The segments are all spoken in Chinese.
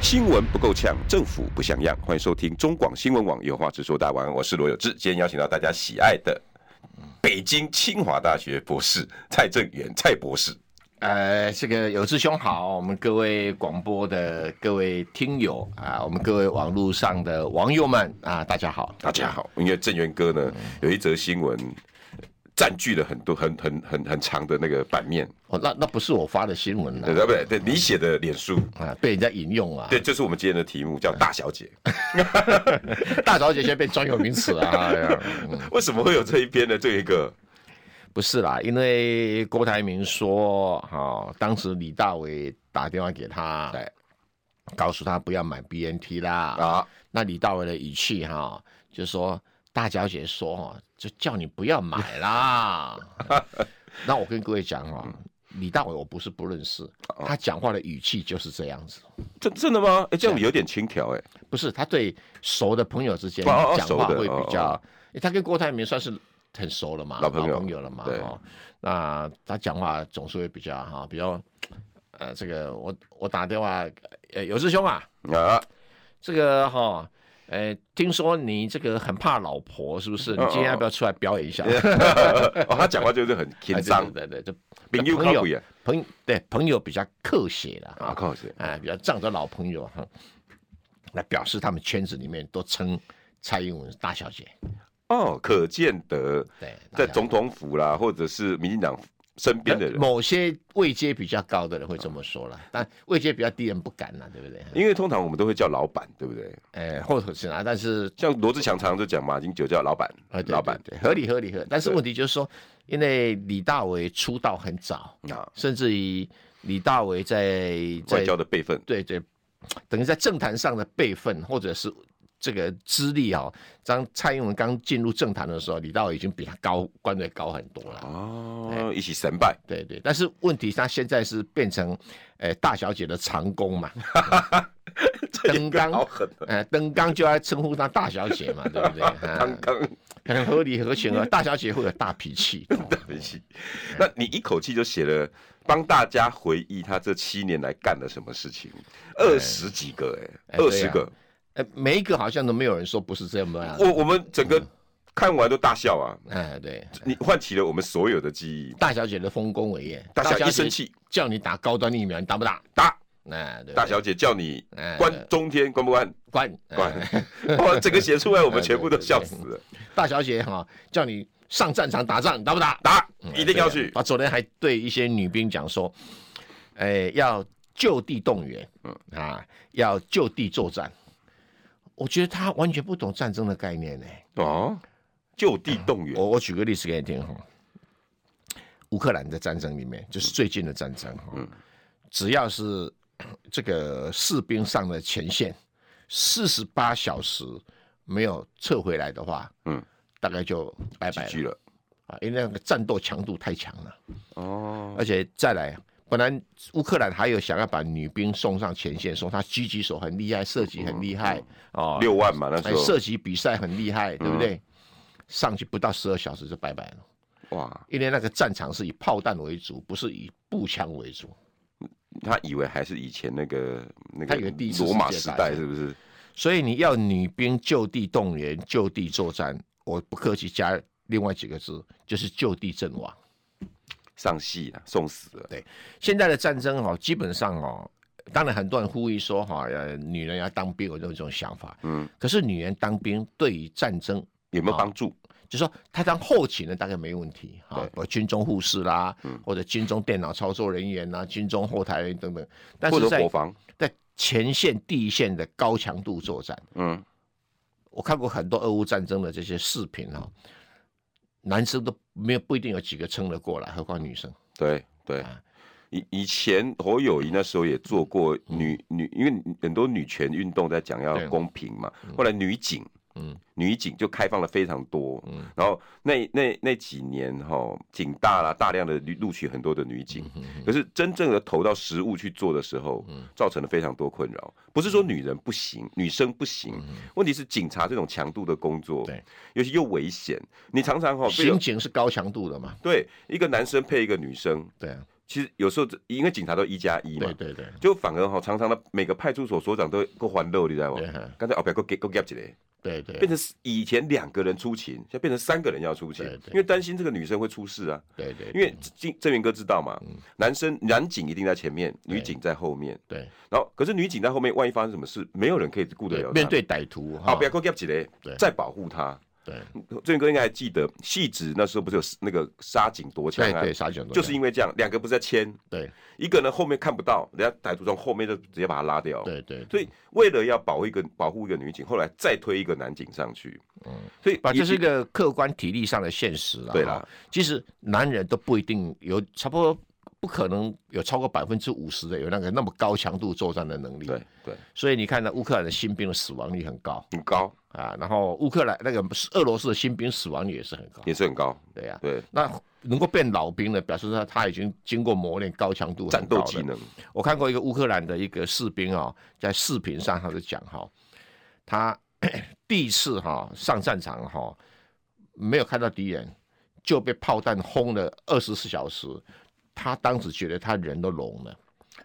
新闻不够呛，政府不像样。欢迎收听中广新闻网有话直说大王，我是罗有志。今天邀请到大家喜爱的北京清华大学博士蔡正元蔡博士。呃，这个有志兄好，我们各位广播的各位听友啊，我们各位网络上的网友们啊，大家好，大家好，因为郑源哥呢有一则新闻占据了很多很很很很长的那个版面，哦，那那不是我发的新闻对了不对？对你写的脸书，啊，被人家引用了。对，就是我们今天的题目叫大小姐。大小姐现在变专有名词啊、 哎呀嗯为什么会有这一篇呢？这一个不是啦，因为郭台铭说，哈、当时李大为打电话给他，对，告诉他不要买 BNT 啦，啊，那李大为的语气哈、就说大小姐说哈、就叫你不要 买啦。那我跟各位讲哈、李大为我不是不认识，哦他讲话的语气就是这样子，真真的吗？哎，这样有点轻佻哎。不是他对熟的朋友之间哦哦讲话熟的会哦比较，诶他跟郭台铭算是。很熟了嘛，老朋友了嘛，对哦，那他讲话总是会比较哈、比较，呃，这个我我打电话，呃，有志兄啊，啊，这个哈、呃，听说你这个很怕老婆，是不是？你今天要不要出来表演一下？哎 哦，他讲话就是很哎紧对张，对对对，朋友朋靠友谱呀，朋对朋友比较客气了啊啊，靠谁？哎，比较仗着老朋友哈，来表示他们圈子里面都称蔡英文是大小姐，哦，可见得对，在大小姐总统府啦，或者是民进党身边的人，哎某些位阶比较高的人会这么说了，但位阶比较低的人不敢了，对不对？因为通常我们都会叫老板，对不对？哎，或者是啊，但是像罗志祥常常就讲马英九叫老板呃，，对老板对对合理合理合理，但是问题就是说，因为李大为出道很早，啊，甚至于李大为在外在交的辈分对对，等于在政坛上的辈分或者是这个资历啊、当蔡英文刚进入政坛的时候，李大为已经比他高官位高很多了。哦，一起神拜，对对，但是问题他现在是变成，呃，大小姐的长工嘛， 这一登个纲好狠啊，呃，登纲就要称呼她大小姐嘛，对不 对？刚啊、刚很合理合情啊， 大小姐会有大脾 气。哦分析。那你一口气就写了，帮大家回忆他这七年来干了什么事情，二十几个哎、哎对啊啊嗯二十个，呃，每一个好像都没有人说不是这么样的。我我们整个看完都大笑啊，哎，对，你唤起了我们所有的记忆。大小姐的丰功伟业，大小姐姐一生气叫你打高端疫苗，你打不打？打哎，对，大小姐叫你哎关中天，关不关？关关哎，哇，整个写出来，我们全部都笑死了。大小姐哈、叫你上战场打仗，你打不打？打，嗯一定要去对啊！啊，昨天还对一些女兵讲说，哎，要就地动员，嗯啊，要就地作战。我觉得他完全不懂战争的概念呢、哦，就地动员。我我举个例子给你听哈，乌克兰的战争里面，就是最近的战争哈，嗯只要是这个士兵上了前线，四十八小时没有撤回来的话，嗯，大概就拜几拜了句了。啊，因为那个战斗强度太强了，哦，而且再来。本来乌克兰还有想要把女兵送上前线，说她狙击手很厉害，射击很厉害哦，嗯六万嘛那时嗯哎候，射击比赛很厉害，对不对？上去不到十二小时就拜拜了。哇，因为那个战场是以炮弹为主，不是以步枪为主，他以为还是以前那个那他以为个第一次罗马世界时大代战是不是？所以你要女兵就地动员、就地作战，我不客气加另外几个字，就是就地阵亡。上戏啊，送死了。现在的战争哦，基本上哦，当然很多人呼吁说哈、呃，女人要当兵，我有这种想法，嗯，可是女人当兵对于战争有没有好帮助？就说他当后勤的大概没问题啊对，嗯我军中护士啦，或者军中电脑操作人员啦、军中后台人员等等，但或是者在国防？在前线第一线的高强度作战，嗯，我看过很多俄乌战争的这些视频哈、男生都没有不一定有几个撑得过来，何况女生。对对啊。以以前侯友谊那时候也做过女女，因为很多女权运动在讲要嗯对啊公平嘛，后来女警嗯，女警就开放了非常多，然后那那那几年哈、警大啦大量的录取很多的女警，嗯可是真正的投到实务去做的时候，嗯造成了非常多困扰。不是说女人不行，女生不行，问题是警察这种强度的工作，嗯对，尤其又危险，你常常哈、哦被刑警是高强度的嘛，对一个男生配一个女生，对啊，其实有时候这因为警察都一加一嘛，对对对，就反而哈，常常的每个派出所所长都够还漏，你知道吗对哈？刚才后边够给够 gap 起来，对对变成是以前两个人出勤，现在变成三个人要出勤对，对因为担心这个女生会出事啊。对对，因为正正明哥知道嗯嘛，男生男警一定在前面，女警在后面。对然后可是女警在后面，万一发生什么事，没有人可以顾得对了她。面对歹徒好，哈不，要够 gap 起来对，再保护她。对正明哥应该还记得，戏子那时候不是有那个杀警夺枪对案对，，傻警啊就是因为这样，两个不是在牵，对一个呢后面看不到，人家歹徒从后面就直接把他拉掉。对对，哦所以为了要保护一个保护一个女警，后来再推一个男警上去，嗯，所以把也这是一个客观体力上的现实了。对啦哈，其实男人都不一定有，差不多不可能有超过百分之五十的有那个那么高强度作战的能力。对，对所以你看呢，乌克兰的新兵的死亡率很高很高，啊，然后乌克兰那个俄罗斯的新兵死亡率也是很高，也是很高，对呀、对那能够变老兵的，表示他他已经经过磨练，高强度战斗技能。能，我看过一个乌克兰的一个士兵啊、在视频上他就讲哈、他 第一次哈、上战场哈、没有看到敌人，就被炮弹轰了二十四小时。他当时觉得他人都聋了，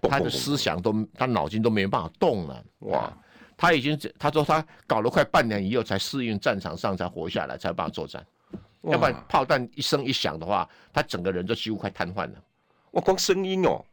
砰他的砰砰思想都他脑筋都没办法动了。哇啊！他已经他说他搞了快半年以后才适应战场上才活下来，才有办法作战。要不然炮弹一声一响的话，他整个人都几乎快瘫痪了。哇，光声音哦，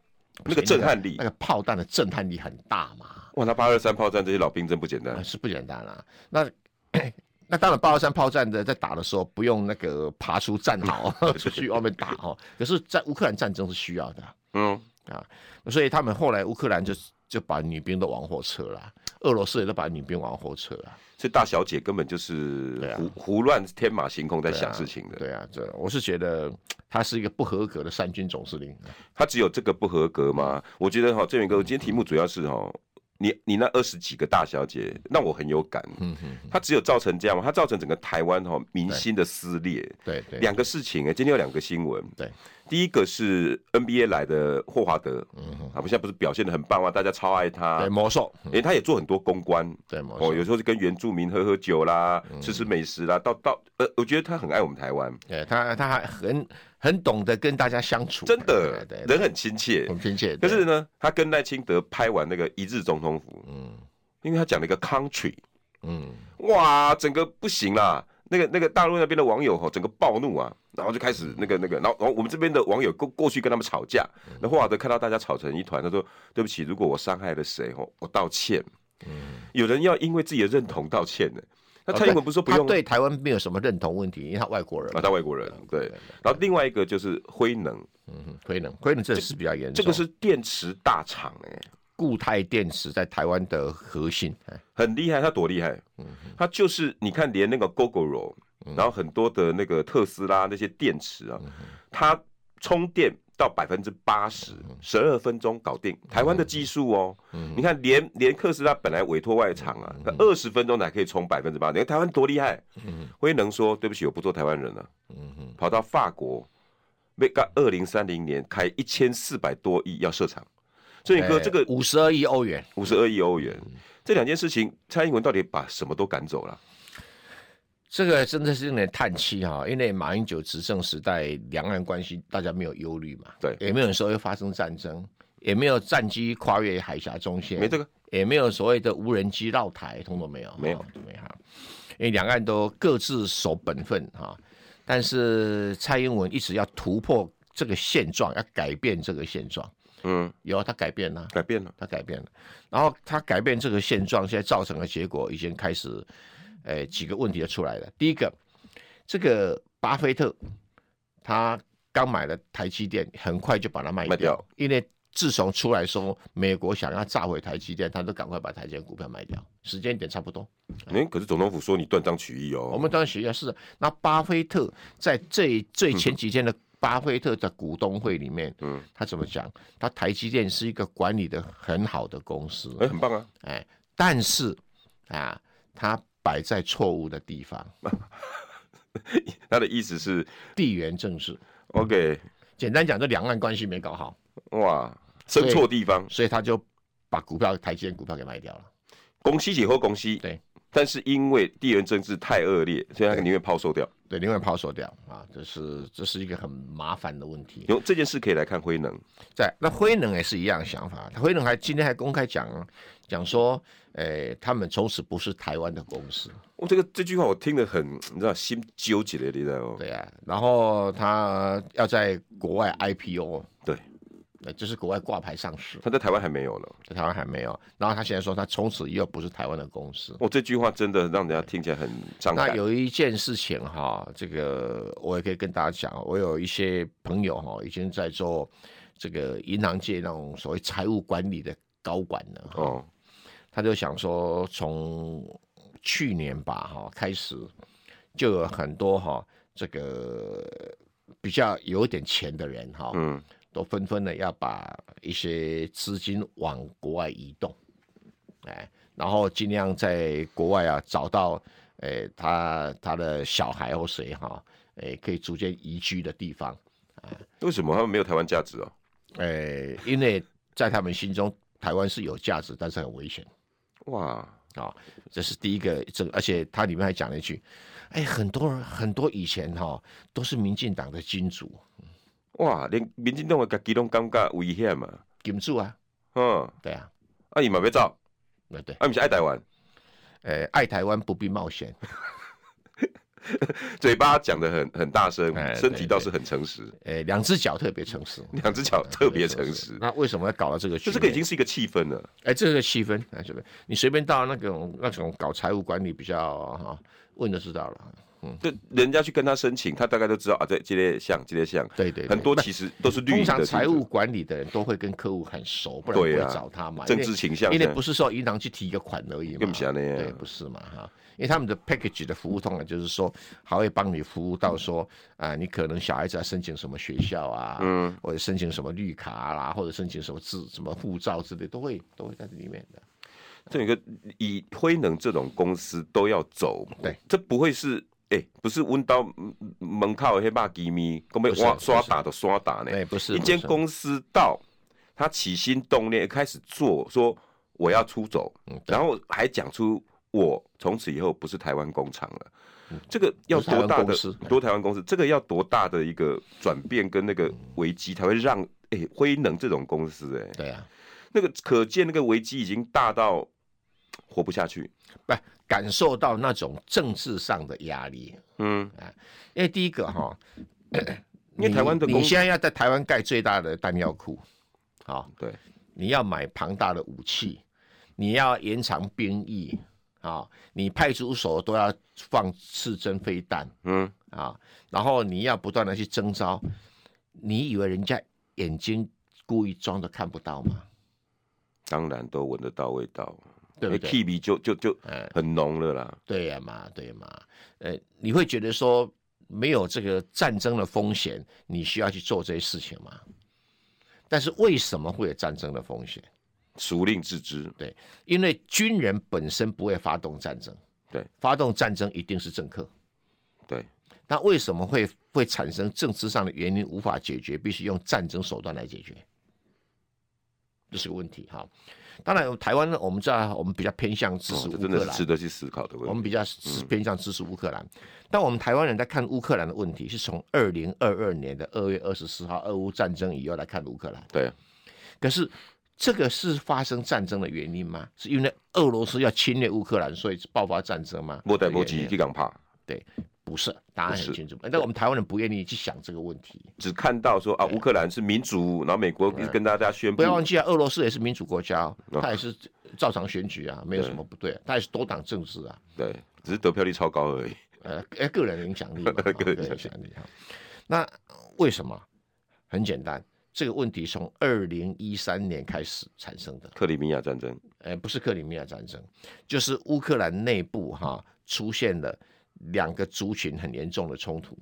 那个震撼力那，个炮弹的震撼力很大嘛，哇，那八二三炮战这些老兵真不简单啊，是不简单啦、那 那当然，八二三炮战的在打的时候不用那个爬出战壕出去外面打哦，可是，在乌克兰战争是需要的啊嗯，啊，所以他们后来乌克兰就就把女兵都往后撤了，俄罗斯也都把女兵往后撤了。所以大小姐根本就是对啊胡胡乱天马行空在对啊想事情的，对啊，这我是觉得他是一个不合格的三军总司令。啊她只有这个不合格吗？我觉得哈，郑源嗯哥，我今天题目主要是哈。你你那二十几个大小姐让我很有感，嗯哼，她只有造成这样吗？她造成整个台湾哈民心的撕裂，对对两个事情哎、今天有两个新闻。对，第一个是 NBA 来的霍华德，嗯哼啊，不现在不是表现的很棒吗？大家超爱他对，嗯魔兽，因为他也做很多公关。对魔哦，兽，有时候是跟原住民喝喝酒啦，嗯吃吃美食啦，到到呃，我觉得他很爱我们台湾，对他他还很很懂得跟大家相处，啊真的对，对人很亲切。很亲切。可对是呢，他跟赖清德拍完那个一日总统府，嗯因为他讲了一个 country，嗯。哇，整个不行啦。那个那个大陆那边的网友吼，整个暴怒啊，然后就开始那个那个，然后然后我们这边的网友过过去跟他们吵架，嗯那霍华德看到大家吵成一团，他说：“对不起，如果我伤害了谁吼，我道歉。”有人要因为自己的认同道歉呢。那蔡英文不是说不用他嗯哦对台湾没有什么认同问题，因为他外国人啊，嘛。他外国人对对。然后另外一个就是辉能，嗯哼，亏能亏能这是比较严重。这个是电池大厂哎、固态电池在台湾的核心。哎很厉害，他多厉害？他就是你看，连那个 GoGoRo，然后很多的那个特斯拉那些电池啊，它充电到百分之八十，十二分钟搞定。台湾的技术哦，你看连连特斯拉本来委托外厂啊，二十分钟才可以充百分之八，你看台湾多厉害？辉能说对不起，我不做台湾人了、跑到法国，被到二零三零年开一千四百多亿要设厂。所以你哥，这个五十二亿欧元，五十二亿欧元，这两件事情，蔡英文到底把什么都赶走了？这个真的是令人叹气哈、因为马英九执政时代，两岸关系大家没有忧虑嘛，对也没有说会发生战争，也没有战机跨越海峡中线，没这个，也没有所谓的无人机绕台，通通没有，没有哈都没有。因为两岸都各自守本分哈、但是蔡英文一直要突破这个现状，要改变这个现状。嗯，有啊他改变了、改变了，他改变了，然后他改变这个现状，现在造成的结果已经开始，呃，几个问题就出来了。第一个，这个巴菲特他刚买了台积电，很快就把它卖掉，卖掉因为自从出来说美国想要炸毁台积电，他都赶快把台积电股票卖掉，时间点差不多。哎、可是总统府说你断章取义哦，我们当然学一下是，那巴菲特在最最前几天的巴菲特的股东会里面，嗯，他怎么讲？他台积电是一个管理的很好的公司，哎、很棒啊，哎，但是啊，他摆在错误的地方，他的意思是地缘政治。 ，OK，简单讲，这两岸关系没搞好，哇，生错地方，所以他就把股票台积电股票给卖掉了。公西以后公西，对，但是因为地缘政治太恶劣，所以他对宁愿抛售掉。对，另外抛售掉啊，这是这是一个很麻烦的问题。用这件事可以来看辉能，在那辉能也是一样的想法，辉能还今天还公开讲讲说，诶、他们从此不是台湾的公司，我、哦这个这句话我听得很，你知道心纠结的，你知道吗？对啊，然后他要在国外 IPO，对，呃，就是国外挂牌上市，他在台湾还没有呢。在台湾还没有。然后他现在说，他从此以后不是台湾的公司。我、哦这句话真的让人家听起来很伤那感。有一件事情哈，这个我也可以跟大家讲哦，我有一些朋友哈，已经在做这个银行界那种所谓财务管理的高管了哈，哦，他就想说，从去年吧哈开始，就有很多哈这个比较有点钱的人哈，嗯，都纷纷的要把一些资金往国外移动，哎，然后尽量在国外啊找到，哎，他他的小孩或谁哈，哎，可以逐渐移居的地方，为什么他们没有台湾价值哦？哎，因为在他们心中，台湾是有价值，但是很危险哇，啊、这是第一个，这个而且他里面还讲了一句，哎，很多人很多以前哈、都是民进党的金主，哇，连民进党的自己都感觉危险嘛。金主啊，嗯，对啊，啊，伊嘛要走，那对，啊，不是爱台湾，哎，爱台湾不必冒险。嘴巴讲的很很大声哎，身对体倒是很诚实，诶，哎两只脚特别诚实，两只脚特别诚实。那为什么要搞到这个局就面？这个已经是一个气氛了。哎，这个气氛，哎，这个你随便到那种那种搞财务管理比较哈、问就知道了。就人家去跟他申请，他大概都知道啊，这这类项，这类项，对对对很多其实都是绿通营常的财竞务争管理的人都会跟客户很熟，不然不对会啊找他嘛。政因为治倾向因为的不是说银行去提一个款而已嘛，更不是嗯这样对，不是嘛哈、因为他们的 package 的服务通常就是说，还会帮你服务到说啊、你可能小孩子要申请什么学校啊，嗯，或者申请什么绿卡啦，或者申请什么资什么护照之类，都会都会在这里面的。这有一个以辉能这种公司都要走，对，这不会是哎、不是温到嗯门口黑霸吉咪，我们不是刷不是刷打的刷打呢？哎不是一间不是公司到他起心动念开始做，说我要出走，嗯然后还讲出我从此以后不是台湾工厂了。这个要嗯不是台多湾大的公司多台湾公司，这个要多大的一个转变跟那个危嗯机才会让哎辉能这种公司哎、对啊，那个可见那个危机已经大到活不下去。不感受到那种政治上的压力。嗯，因为第一个哈， 因为台湾的你公你现在要在台湾盖最大的弹药库，好、对，你要买庞大的武器，你要延长兵役啊、你派出所都要放刺针飞弹嗯，啊、然后你要不断的去征召，你以为人家眼睛故意装的看不到吗？当然都闻得到味道，对不对？哎气味就就就很浓了啦。对呀、嘛，对呀嘛，呃，你会觉得说没有这个战争的风险，你需要去做这些事情吗？但是为什么会有战争的风险？孰令自知？对，因为军人本身不会发动战争，对，发动战争一定是政客。对，那为什么会会产生政治上的原因无法解决，必须用战争手段来解决？这是个问题哈。当然，台湾呢，我们知道我们比较偏向支哦持乌这真克的是兰，值得去思考的我问们题。比较嗯是偏向支持乌克兰。但我们台湾人在看乌克兰的问题，是从二零二二年的二月二十四号俄乌战争以后来看乌克兰。对，可是这个是发生战争的原因吗？是因为俄罗斯要侵略乌克兰，所以爆发战争吗？莫代莫这急，个去港怕，不是，答案不是很清楚。但我们台湾人不愿意去想这个问题。只看到说啊，乌克兰是民主，然后美国一直跟大家宣不布要忘记啊，俄罗斯也是民主国家、哦，啊它也是照常选举啊，没有什么不对、它也是多党政治啊。对，只是得票率超高而已。呃，呃个人影响 力嘛，哈个个人人影影响力哈。那为什么？很简单，这个问题从二零一三年开始产生的，克里米亚战争，呃，不是克里米亚战争，就是乌克兰内部哈、出现了两个族群很严重的冲突。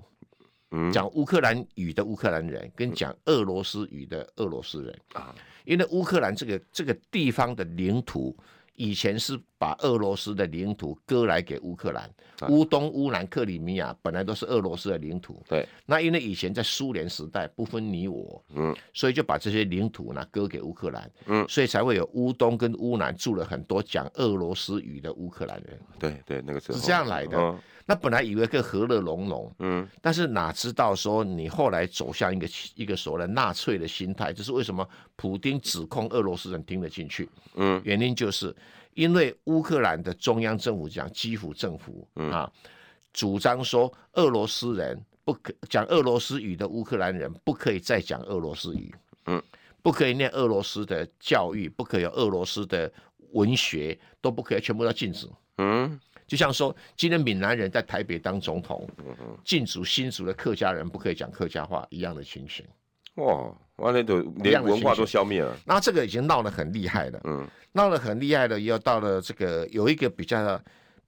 嗯讲乌克兰语的乌克兰人跟讲俄罗斯语的俄罗斯人啊，因为乌克兰这个这个地方的领土以前是把俄罗斯的领土割来给乌克兰，乌东、乌兰、克里米亚本来都是俄罗斯的领土。对，那因为以前在苏联时代不分你我，嗯，所以就把这些领土呢割给乌克兰，嗯，所以才会有乌东跟乌南住了很多讲俄罗斯语的乌克兰人，对对，那个时候是这样来的嗯那本来以为个和乐融融，嗯，但是哪知道说你后来走向一个一个所谓的纳粹的心态，这是为什么普丁指控俄罗斯人听得进去？嗯，原因就是因为乌克兰的中央政府讲基辅政府、嗯啊，主张说俄罗斯人不可讲俄罗斯语的乌克兰人不可以再讲俄罗斯语，嗯，不可以念俄罗斯的教育，不可以有俄罗斯的文学，都不可以，全部都禁止。嗯就像说，今天闽南人在台北当总统，禁止新竹的客家人不可以讲客家话一样的情形。哇，完了都一连样的文化情形都消灭了，那这个已经闹得很厉害了，嗯闹得很厉害了，又到了这个有一个比较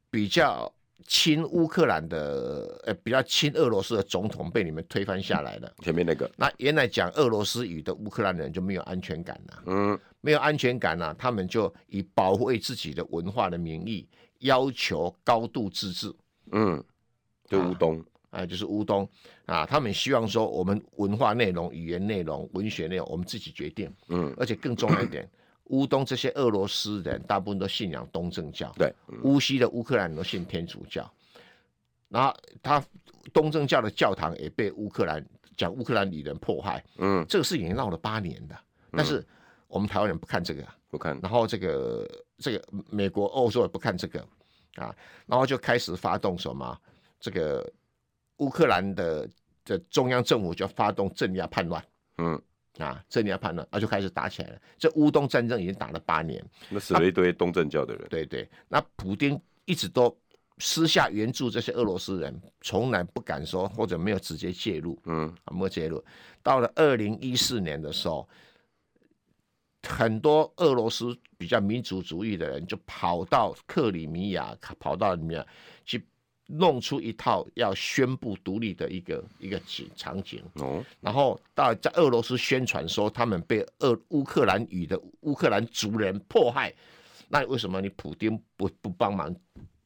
比较亲乌克兰的，呃，比较亲俄罗斯的总统被你们推翻下来了。前面那个，那原来讲俄罗斯语的乌克兰人就没有安全感了、嗯没有安全感了、他们就以保卫自己的文化的名义，要求高度自治。嗯，对啊乌东，啊，就是乌东啊，他们希望说我们文化内容、语言内容、文学内容我们自己决定，嗯，而且更重要一点，乌东这些俄罗斯人大部分都信仰东正教，对，乌西的乌克兰人都信天主教，然后他东正教的教堂也被乌克兰讲乌克兰语人迫害，嗯，这个事情闹了八年的，但是我们台湾人不看这个啊，我看，然后这个这个美国、欧洲也不看这个啊，然后就开始发动什么这个乌克兰的的中央政府就发动镇压叛乱嗯，啊，镇压叛乱，啊就开始打起来了。这乌东战争已经打了八年，那死啊了一堆东正教的人，对对，那普丁一直都。私下援助这些俄罗斯人，从来不敢说，或者没有直接介入嗯啊，没有介入。到了二零一四年的时候，很多俄罗斯比较民族主义的人就跑到克里米亚，跑到里面去弄出一套要宣布独立的一个一个景场景，哦，然后到在俄罗斯宣传说他们被俄乌克兰语的乌克兰族人迫害，那为什么你普丁不不帮忙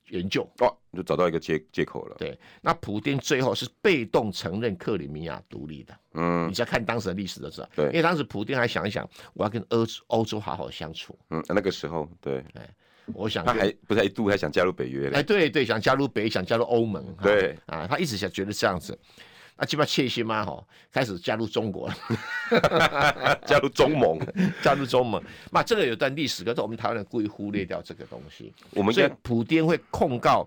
援救？哦，就找到一个借借口了，对，那普丁最后是被动承认克里米亚独立的。嗯你只要看当时的历史就知道，对因为当时普丁还想一想，我要跟欧欧洲好好相处，嗯，那个时候，对，我想他跟还不是还一度还想加入北约嘞哎，对对，想加入北，想加入欧盟，啊对啊，他一直想觉得这样子，那基本上切心嘛哈，开始加入中国 了，哎加入中盟，加入中盟， 那这个有段历史，可是我们台湾人故意忽略掉这个东西， 我们应所以该普丁会控告。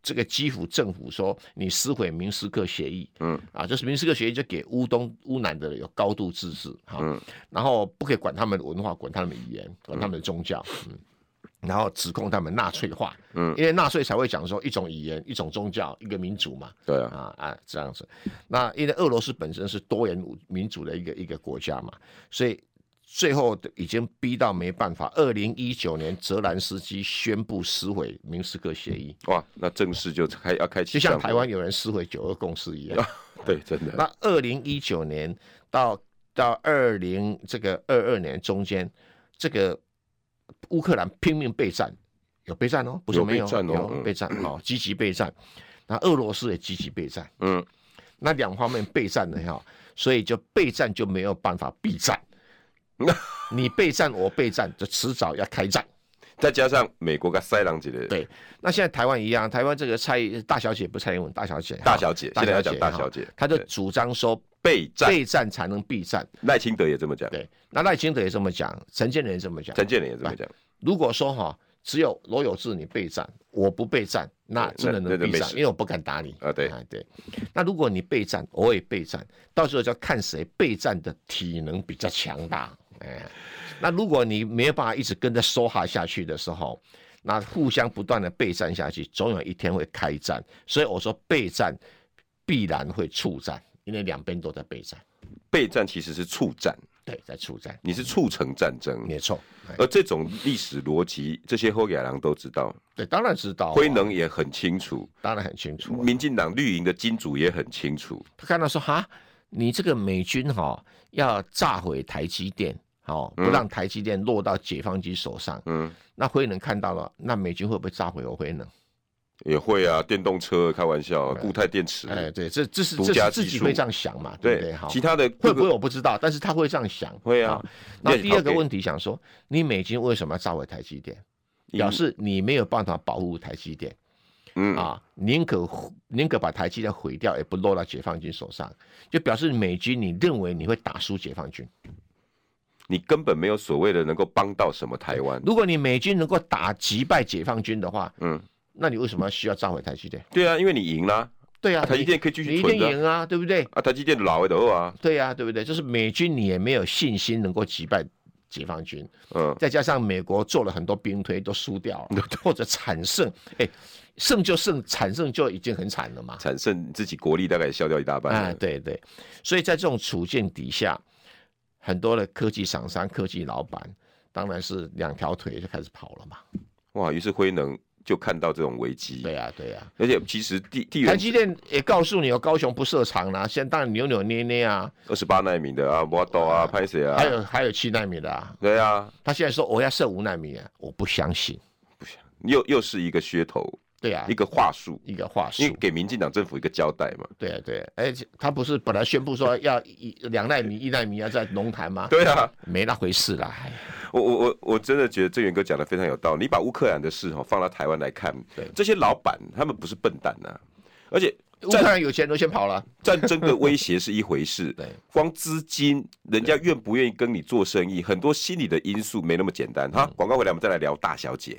这个基辅政府说你撕毁明斯克协议，嗯啊，就是明斯克协议就给乌东乌南的有高度自治哈，嗯然后不可以管他们的文化，管他们的语言，管他们的宗教，嗯，然后指控他们纳粹化，嗯因为纳粹才会讲说一种语言、一种宗教、一个民族嘛，对啊，啊啊这样子。那因为俄罗斯本身是多元民主的一个一个国家嘛，所以最后已经逼到没办法。二零一九年，泽兰斯基宣布撕毁明斯克协议，哇，那正式就开要开启就战火，像台湾有人撕毁九二共识一样。对，真的，那二零一九年到到二零这个二二年中间，这个乌克兰拼命备战，有备战哦，不是有备没有，战哦嗯有备战哦，积极备战。那俄罗斯也积极备战，嗯那两方面备战的哈，所以就备战就没有办法避战。你备战，我备战，就迟早要开战。再加上美国跟塞狼级的对，那现在台湾一样，台湾这个蔡大小姐不是蔡英文大小姐，大小姐，大现在要小讲姐，大小姐哈，她就对主张说备战，备战才能避战。赖清德也这么讲，对，那赖清德也这么讲，陈建仁也这么讲。陈建仁也这么讲，如果说哈，只有罗有志你备战，我不备战，那真的那能那就备没战，事因为我不敢打你哎啊对对。那如果你备战，我也备战，到时候就要看谁备战的体能比较强大。哎，那如果你没有办法一直跟着梭哈下去的时候，那互相不断的备战下去，总有一天会开战。所以我说备战必然会触战，因为两边都在备战，备战其实是促战，对，在触战，你是促成战争。没错。哎而这种历史逻辑，这些后野狼都知道，对，当然知道、啊，辉能也很清楚，当然很清楚、啊。民进党绿营的金主也很清楚，他看到说哈，你这个美军哈、要炸毁台积电哦，不让台积电落到解放军手上。嗯，那辉能看到了，那美军会不会炸毁我辉能？也会啊，电动车开玩笑，固态电池，哎，对，这这是独这家是自技己术会这样想嘛，对不对？对好，，其他的会不会我不知道，但是他会这样想。会啊好那练第好二个给问题想说，你美军为什么要炸毁台积电？因表示你没有办法保护台积电嗯啊，宁可宁可把台积电毁掉，也不落到解放军手上，就表示美军你认为你会打输解放军。你根本没有所谓的能够帮到什么台湾。如果你美军能够打击败解放军的话，嗯，那你为什么需要炸毁台积电？对啊，因为你赢啦，对啊，台积你电可以继你续一存定着啊赢啊，对不对？啊，台积电老的多啊，对啊，对不对？就是美军你也没有信心能够击败解放军，嗯，再加上美国做了很多兵推都输掉了，或者惨胜，哎，胜就胜，惨胜就已经很惨了嘛。产生你自己国力大概也消掉一大半啊，了。对对，所以在这种处境底下，很多的科技厂商、科技老板，当然是两条腿就开始跑了嘛。哇，于是辉能就看到这种危机，对啊，对啊。而且其实地地台缘积电也告诉你哦，高雄不设厂啦、现在当然扭扭捏捏啊，二十八纳米的啊，挖刀啊，拍谁啊还，有还有七纳米的啊，对啊，他现在说我要设五纳米啊，我不相信。又又是一个噱头，对啊一，个话术，一个话术因为，给民进党政府一个交代嘛。对啊对啊，而且他不是本来宣布说要一两纳米、一纳米要在龙潭吗？对啊，没那回事啦，哎我我我我真的觉得郑源哥讲的非常有道理。你把乌克兰的事哈、放到台湾来看对，这些老板他们不是笨蛋呐、而且乌克战兰有钱都先跑了。战争的威胁是一回事，对，光资金，人家愿不愿意跟你做生意，很多心理的因素没那么简单嗯哈。广告回来我们再来聊大小姐。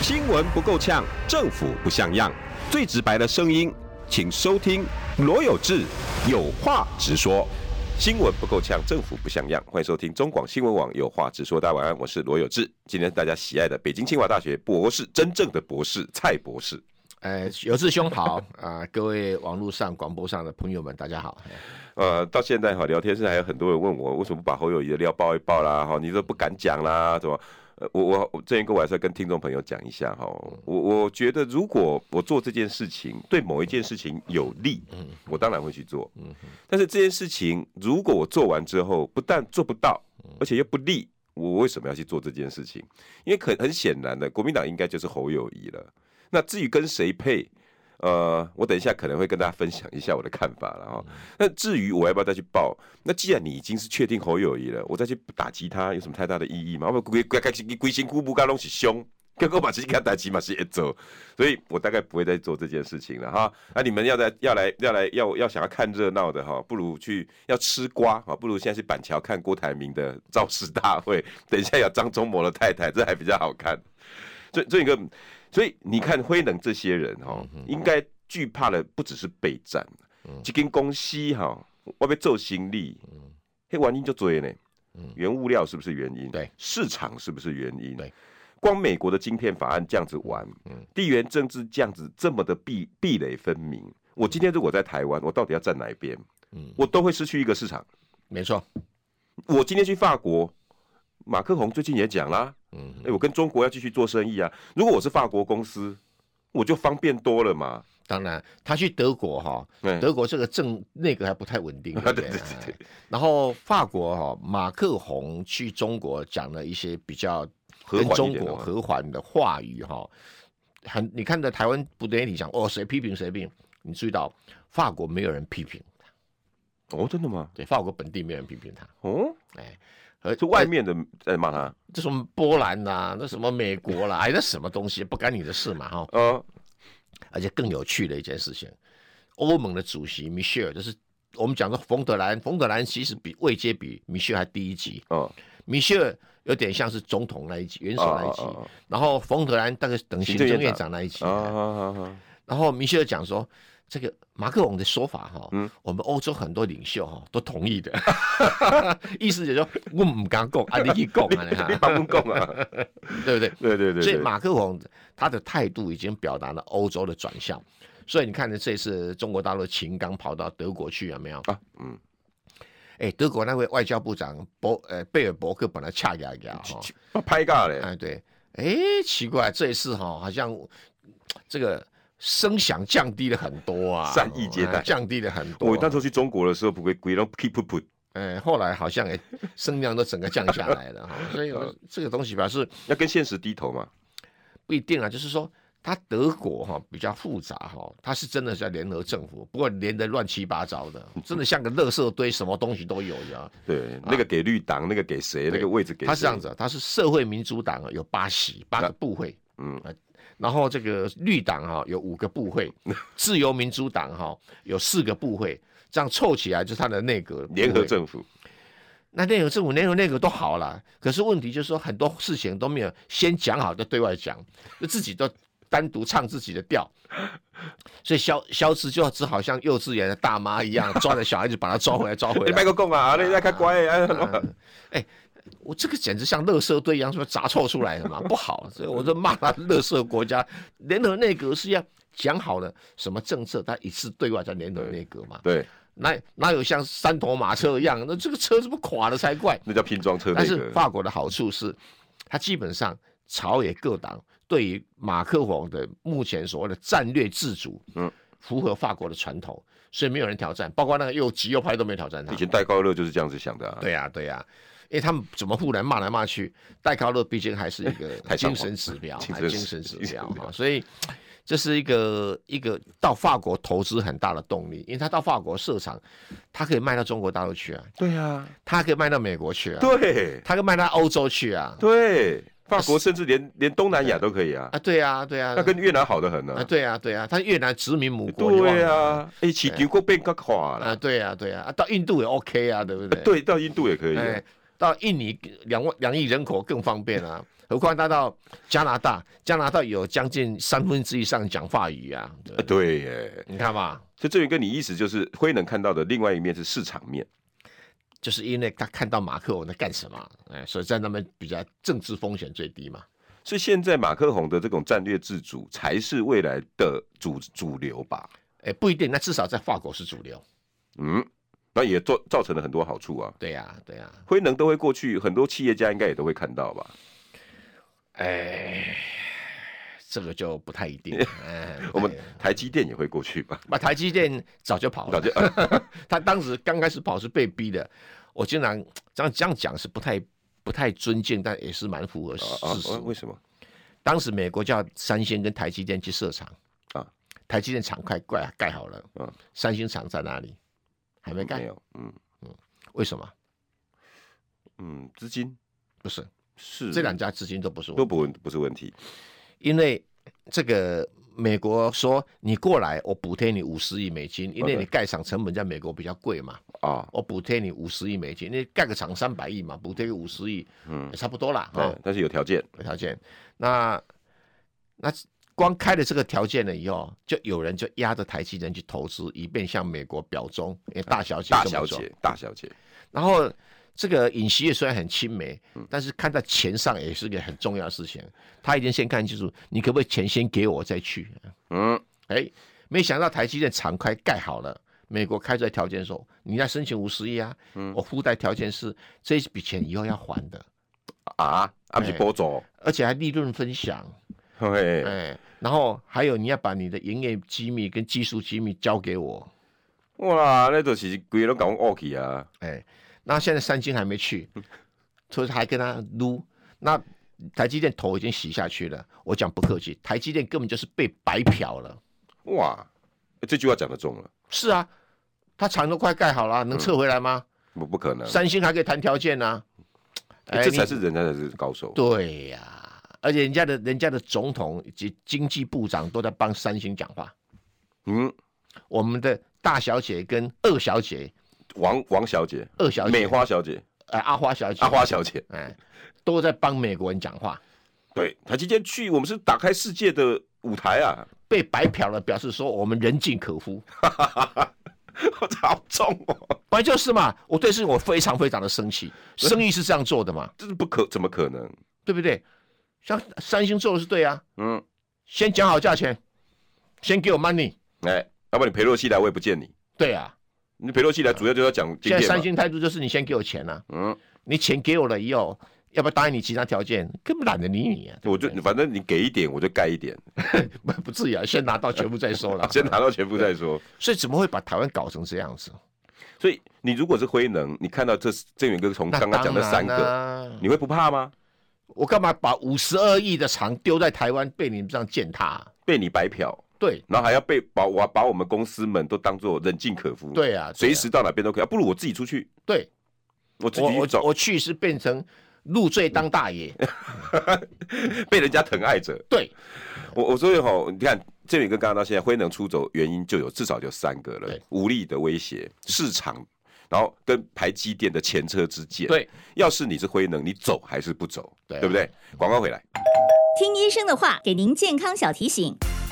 新闻不够呛，政府不像样，最直白的声音，请收听罗有志有话直说。新闻不够呛，政府不像样，欢迎收听中广新闻网有话直说。大家晚安，我是罗有志。今天大家喜爱的北京清华大学博士，真正的博士蔡博士。呃，有志兄好啊、各位网络上、广播上的朋友们，大家好。哎呃，到现在哈，聊天室还有很多人问我，为什么不把侯友谊的料爆一爆啦？哈，你都不敢讲啦，怎么？呃，我我我这一个我还是要跟听众朋友讲一下哈，我我觉得如果我做这件事情对某一件事情有利，我当然会去做，但是这件事情如果我做完之后不但做不到，而且又不利，我为什么要去做这件事情？因为很很显然的，国民党应该就是侯友谊了。那至于跟谁配，呃，我等一下可能会跟大家分享一下我的看法了哈。那至于我要不要再去报，那既然你已经是确定侯友谊了，我再去打击他有什么太大的意义吗？我归归归归心姑不干拢是凶，跟我把自己给他打击嘛是一走，所以我大概不会再做这件事情了哈。那你们要在要来要来要要想要看热闹的哈，不如去要吃瓜哈，不如现在去板桥看郭台铭的造势大会，等一下有张忠谋的太太，这还比较好看。所以这一个，所以你看辉能这些人哈、应该惧怕的不只是备战，这间公司哈、我被做行李，嘿，原因就追呢。原物料是不是原因？嗯对，市场是不是原因？对，嗯光美国的晶片法案这样子玩，地缘政治这样子这么的壁壁垒分明，嗯我今天如果在台湾，我到底要站哪一边？我都会失去一个市场。没错，我今天去法国，马克宏最近也讲啦，嗯，哎、我跟中国要继续做生意啊。如果我是法国公司，我就方便多了嘛。当然他去德国哈、嗯德国这个政内阁还不太稳 定，对不对？对对对哎然后法国哈、马克宏去中国讲了一些比较和跟缓一中点的国话和缓的话语哈、很你看在台湾不媒体讲哦，谁批评谁批评，你注意到法国没有人批评，哦，真的吗？对，法国本地没有人批评他，哦，哎，而是外面的在骂他。这什么波兰呐、那什么美国啦，哎，那什么东西不干你的事嘛哈、呃，而且更有趣的一件事情，欧盟的主席米歇尔就是我们讲的冯德兰，冯德兰其实比位阶比米歇尔还低一级，哦，米歇尔有点像是总统那一级，元首那一级，哦哦哦然后冯德兰大概等行行政政院院长哦长那一级，啊，好好好然后米歇尔讲说，这个马克龙的说法哈，嗯我们欧洲很多领袖哈都同意的， 意思就是说我唔敢讲，啊你去讲啊，你你哈帮我讲啊，对不对？对对对所以对，马克龙他的态度已经表达了欧洲的转向，所以你看呢，这次中国大陆秦刚跑到德国去有没有？啊，嗯，哎，德国那位外交部长伯呃贝尔伯克本来恰牙牙哈，拍尬嘞，哎对，哎奇怪，这一次哈好像这个声响降低了很多啊， 善意接待哎降低了很多。我那时候去中国的时候，不会鬼都 keep put put，哎，后来好像哎声量都整个降下来了哈，所 以呃我这个东西表示要跟现实低头嘛。不一定啊，就是说。他德国哈比较复杂哈，他是真的在联合政府，不过连得乱七八糟 的，真的像个垃圾堆，什么东西都有的啊。对，那个给绿党，那个给谁，那对个位置给谁他是这样子，啊，他是社会民主党啊，有八席八个部会，嗯呃，然后这个绿党哈、有五个部会， 自由民主党哈、有四个部会，这样凑起来就是他的内阁部联合会。政府，那内阁政府、联合内阁都好了，可是问题就是说很多事情都没有先讲好就对外讲，就自己都单独唱自己的调。所以消消失就只好像幼稚园的大妈一样，抓着小孩子把他抓回来，抓回 你来嗯哎卖。个供啊，你那个乖啊，我这个简直像垃圾堆一样，什么杂臭出来的嘛，不好，所以我就骂他垃圾国家。联合内阁是要讲好了什么政策，他一次对外叫联合内阁嘛，对，哪哪有像三头马车一样？那这个车子不垮了才怪。那叫拼装车那但是个，法国的好处是，它基本上朝野各党对于马克龙的目前所谓的战略自主，嗯，符合法国的传统，所以没有人挑战，包括那个右极右派都没有挑战他以。前戴高乐就是这样子想的啊。对呀、对呀、因为他们怎么互来骂来骂去，戴高乐毕竟还是一个 太上精皇神指标，精还神精指神指精神标指 哈，标所以这是一个一个到法国投资很大的动力，因为他到法国设厂，他可以卖到中国大陆去啊，对呀，他可以卖到美国去啊，对他可以卖到欧洲去啊，对，法国甚至连连东南亚都可以啊，啊，对啊，对啊那，跟越南好的很啊，呢。对啊，对啊，他越南殖民母国，你忘对了吗，啊，哎，起丢过变个垮啊，了。对啊，对啊，啊到印度也 OK 啊，对不对？对，到印度也可以啊。哎，到印尼两万两亿人口更方便 啊，何况他到加拿大，加拿大有将近三分之一以上讲法语啊，对啊对耶，你看嘛，所以这一个你意思就是辉能看到的另外一面是市场面，就是因为他看到马克龙在干什么，哎，所以在那边比较政治风险最低嘛。所以现在马克宏的这种战略自主才是未来的主主流吧？哎，不一定，那至少在法国是主流。嗯，那也造造成了很多好处啊。对呀、对呀、辉能都会过去，很多企业家应该也都会看到吧？哎，这个就不太一定。哎， 我们哎台积电也会过去吧？那台积电早就跑早了，就 他当时刚开始跑是被逼的。我经常这样这样讲是不太不太尊敬，但也是蛮符合啊啊事实。啊为什么？当时美国叫三星跟台积电去设厂啊，台积电厂快盖盖好了，嗯三星厂在哪里？还没没盖，有，嗯为什么？嗯，资金不是，是这两家资金都不是我都不问不是问题，因为这个美国说你过来，我补贴你五十亿美金，因为 OK 你盖厂成本在美国比较贵嘛，啊，我补贴你五十亿美金，你盖个厂三百亿嘛，补贴个五十亿，嗯也差不多啦，哈、对，但是有条件，有条件。那那光开了这个条件了以后，就有人就压着台积电去投资，以便向美国表忠，因为大小姐啊大这么小做姐，大小姐，然后这个尹锡悦虽然很亲美，嗯但是看在钱上也是个很重要的事情。他一定先看清楚，你可不可以钱先给我再去？嗯，哎，没想到台积电厂快盖好了。美国开出来条件说，你要申请五十亿啊，我附带条件是这一笔钱以后要还的，啊，啊不是哎波总，而且还利润分享，嘿，哎，然后还有你要把你的营业机密跟技术机密交给我，哇，那就是规都搞恶去啊，哎，那现在三星还没去，所以还跟他撸。那台积电头已经洗下去了，我讲不客气，台积电根本就是被白嫖了。哇，这句话讲得中了，是啊，他厂都快盖好了，啊能撤回来吗？不不可能，三星还可以谈条件呢、这才你是人家才是高手，对呀、而且人家的人家的总统以及经济部长都在帮三星讲话，嗯，我们的大小姐跟二小姐，王王小姐，二小姐美花小姐，呃阿花小姐，阿花小姐，哎，都在帮美国人讲话。对，台积电去，我们是打开世界的舞台啊， 被白嫖了，表示说我们人尽可夫。我操，好重哦，本来就是嘛，我对这事情我非常非常的生气。生意是这样做的嘛，这是不可，怎么可能？对不对？像三星做的是对啊，嗯，先讲好价钱，先给我 money，哎，要不然你裴洛西来，我也不见你。对啊。你裴洛西来主要就是要讲晶现在片三嘛，星态度就是你先给我钱啊，嗯，你钱给我了以后，要不要答应你其他条件？根本懒得理你啊，我就反正你给一点，我就盖一 点，。不不至于啊，先拿到全部再说 了先拿到全部再说。所以怎么会把台湾搞成这样子？所以你如果是辉能，你看到这郑源哥从那刚刚讲的三当个，然啊你会不怕吗？我干嘛把五十二亿的厂丢在台湾被你们这样践踏、啊被你白嫖，对然后还要被把我把我们公司们都当做人尽可夫，对啊，对啊随时到哪边都可以，啊不如我自己出去，对我自己我去我走，我去是变成入赘当大爷，嗯被人家疼爱着。 对我我所以吼，你看郑源哥刚刚到现在辉能出走，原因就有至少就三个了对：无力的威胁、市场，然后跟台积电的前车之鉴。对，要是你是辉能，你走还是不走？对啊不对？广告回来。听医生的话，给您健康小提醒。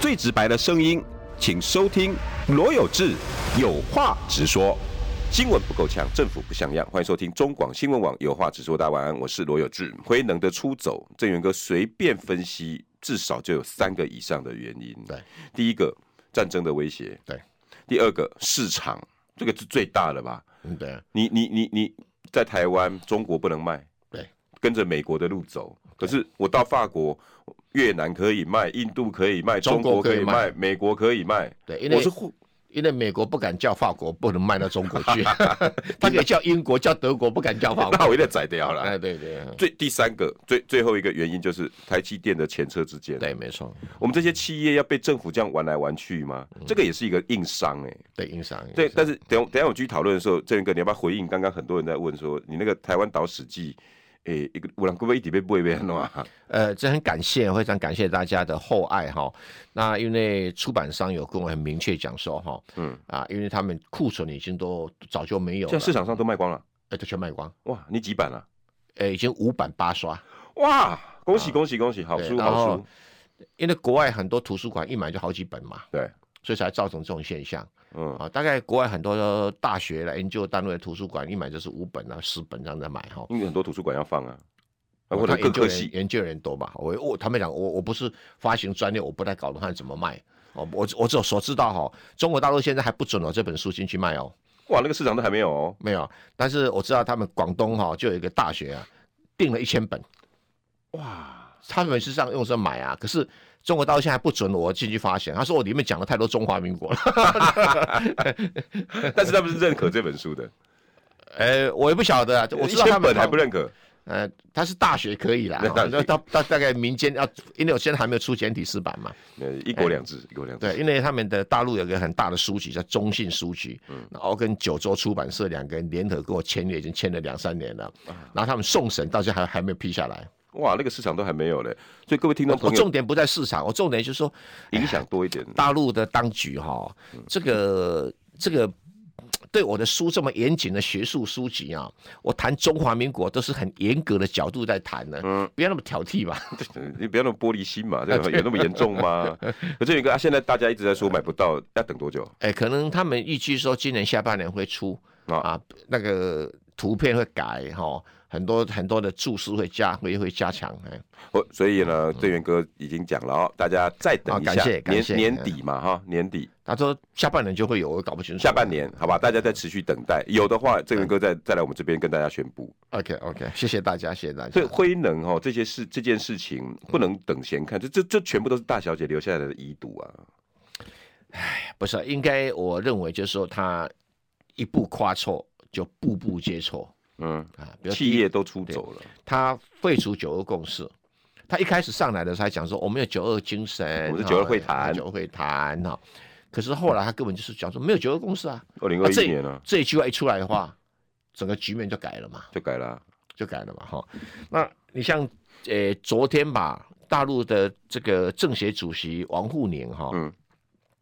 最直白的声音，请收听罗有志有话直说。新闻不够呛，政府不像样，欢迎收听中广新闻网有话直说。大家晚安，我是罗有志。辉能的出走，郑源哥随便分析，至少就有三个以上的原因。对，第一个战争的威胁，对；第二个市场，这个是最大的吧？嗯对啊你你你你在台湾，中国不能卖，对，跟着美国的路走。可是我到法国、越南可以卖，印度可以卖，中中国国可以可以卖卖，美国可以卖。对，因我为是互因为美国不敢叫法国不能卖到中国 去，他可以叫英国叫德国，不敢叫法那国。我一定宰掉了。嗯哎，对对最第三个最最后一个原因就是台积电的前车之鉴。对，没错，我们这些企业要被政府这样玩来玩去吗？这个也是一个硬伤哎、对嗯硬伤。对，硬伤但是等等一下我们继续讨论的时候，郑源哥，你要不要回应刚刚很多人在问说，你那个台湾岛史记，诶、一个我人会不会一直被不会被弄啊？呃，这很感谢，非常感谢大家的厚爱哈。那因为出版商有跟我很明确讲说哈，嗯嗯啊，因为他们库存已经都早就没有现在了，市场上都卖光了，呃都全卖光，哇，你几版啊了、呃，已经五版八刷。哇，恭喜啊恭喜恭喜，好对书然好后书，因为国外很多图书馆一买就好几本嘛，对，所以才造成这种现象嗯，啊。大概国外很多大学的研究单位的图书馆一买就是五本啊、十本这样在买哈。因为很多图书馆要放啊，啊我或者各看研究科人系，研究人多嘛，我我他们讲我我不是发行专利，我不太搞懂它怎么卖。哦，我我只有所知道哈、中国大陆现在还不准哦这本书进去卖哦，哇，那个市场都还没有 哦，没有。但是我知道他们广东哈、就有一个大学啊，订了一千本，哇，他们是这样用着买啊，可是。中国大陆现在还不准我进去发行，他说我里面讲了太多中华 民国了。但是他们是认可这本书的，呃，我也不晓得啊，哎我一知道他千们本还不认可，呃，他是大学可以啦， 那大哦那他大大概民间要，啊因为我现在还没有出简体字版嘛，呃，一国两制，一国两制，哎对，因为他们的大陆有个很大的书局叫中信书局，嗯然后跟九州出版社两个人联合跟我签约，已经签了两三年了，啊然后他们送审到现在还还没有批下来。哇，那个市场都还没有嘞，所以各位听我众我朋友嗯哦重点不在市场，我重点就是说影响多一点，大陆的当局哈、嗯这个这个。对我的书这么严谨的学术书籍啊，我谈中华民国都是很严格的角度在谈的，嗯不要那么挑剔吧。 你不要那么玻璃心 嘛，这个有那么严重吗？可这有一个，啊现在大家一直在说买不到，要等多久？哎、可能他们预计说今年下半年会出啊啊那个图片会改哈，很多很多的注释会加会会加强哎、哦，所以呢，郑源哥已经讲了哦，大家再等一下啊嗯感谢，感谢年年底嘛哈，年底他说下半年就会有，我搞不清楚。下半年，好吧，大家再持续等待。有的话，郑源哥再再来我们这边跟大家宣布。 ，OK OK，谢 谢大家，谢谢大所家以。辉能哈、哦、这些事这件事情不能等闲看，这这这全部都是大小姐留下来的遗毒啊！哎不是，啊应该我认为就是说他一步跨错就步步皆错嗯，啊，比如第企一业都出走了，他废除九二共识，他一开始上来的时候还讲说我们有九二精神，啊我们是九二会谈哈九二会谈哈。可是后来他根本就是讲说没有九二共识啊。二零啊二这一年啊，这一句话一出来的话，整个局面就改了嘛，就改了啊，就改了嘛哈。那你像呃昨天吧，大陆的这个政协主席王沪宁哈，嗯，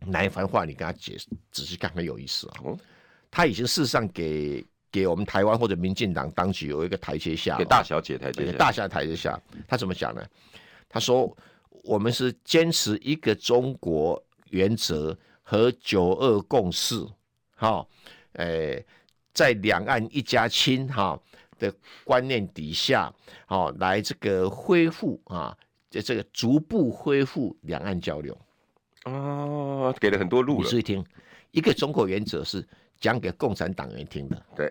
哪一番话你跟他解仔细看很有意思啊、哦他已经事实上给给我们台湾或者民进党当局有一个台阶下、给大小姐台阶给下，大下台阶下。他怎么讲呢？他说我们是坚持一个中国原则和九二共识，哈、诶、在两岸一家亲哈、的观念底下，好、来这个恢复啊，这这个逐步恢复两岸交流。哦，给了很多路你了注，意听，一个中国原则是讲给共产党员听的，对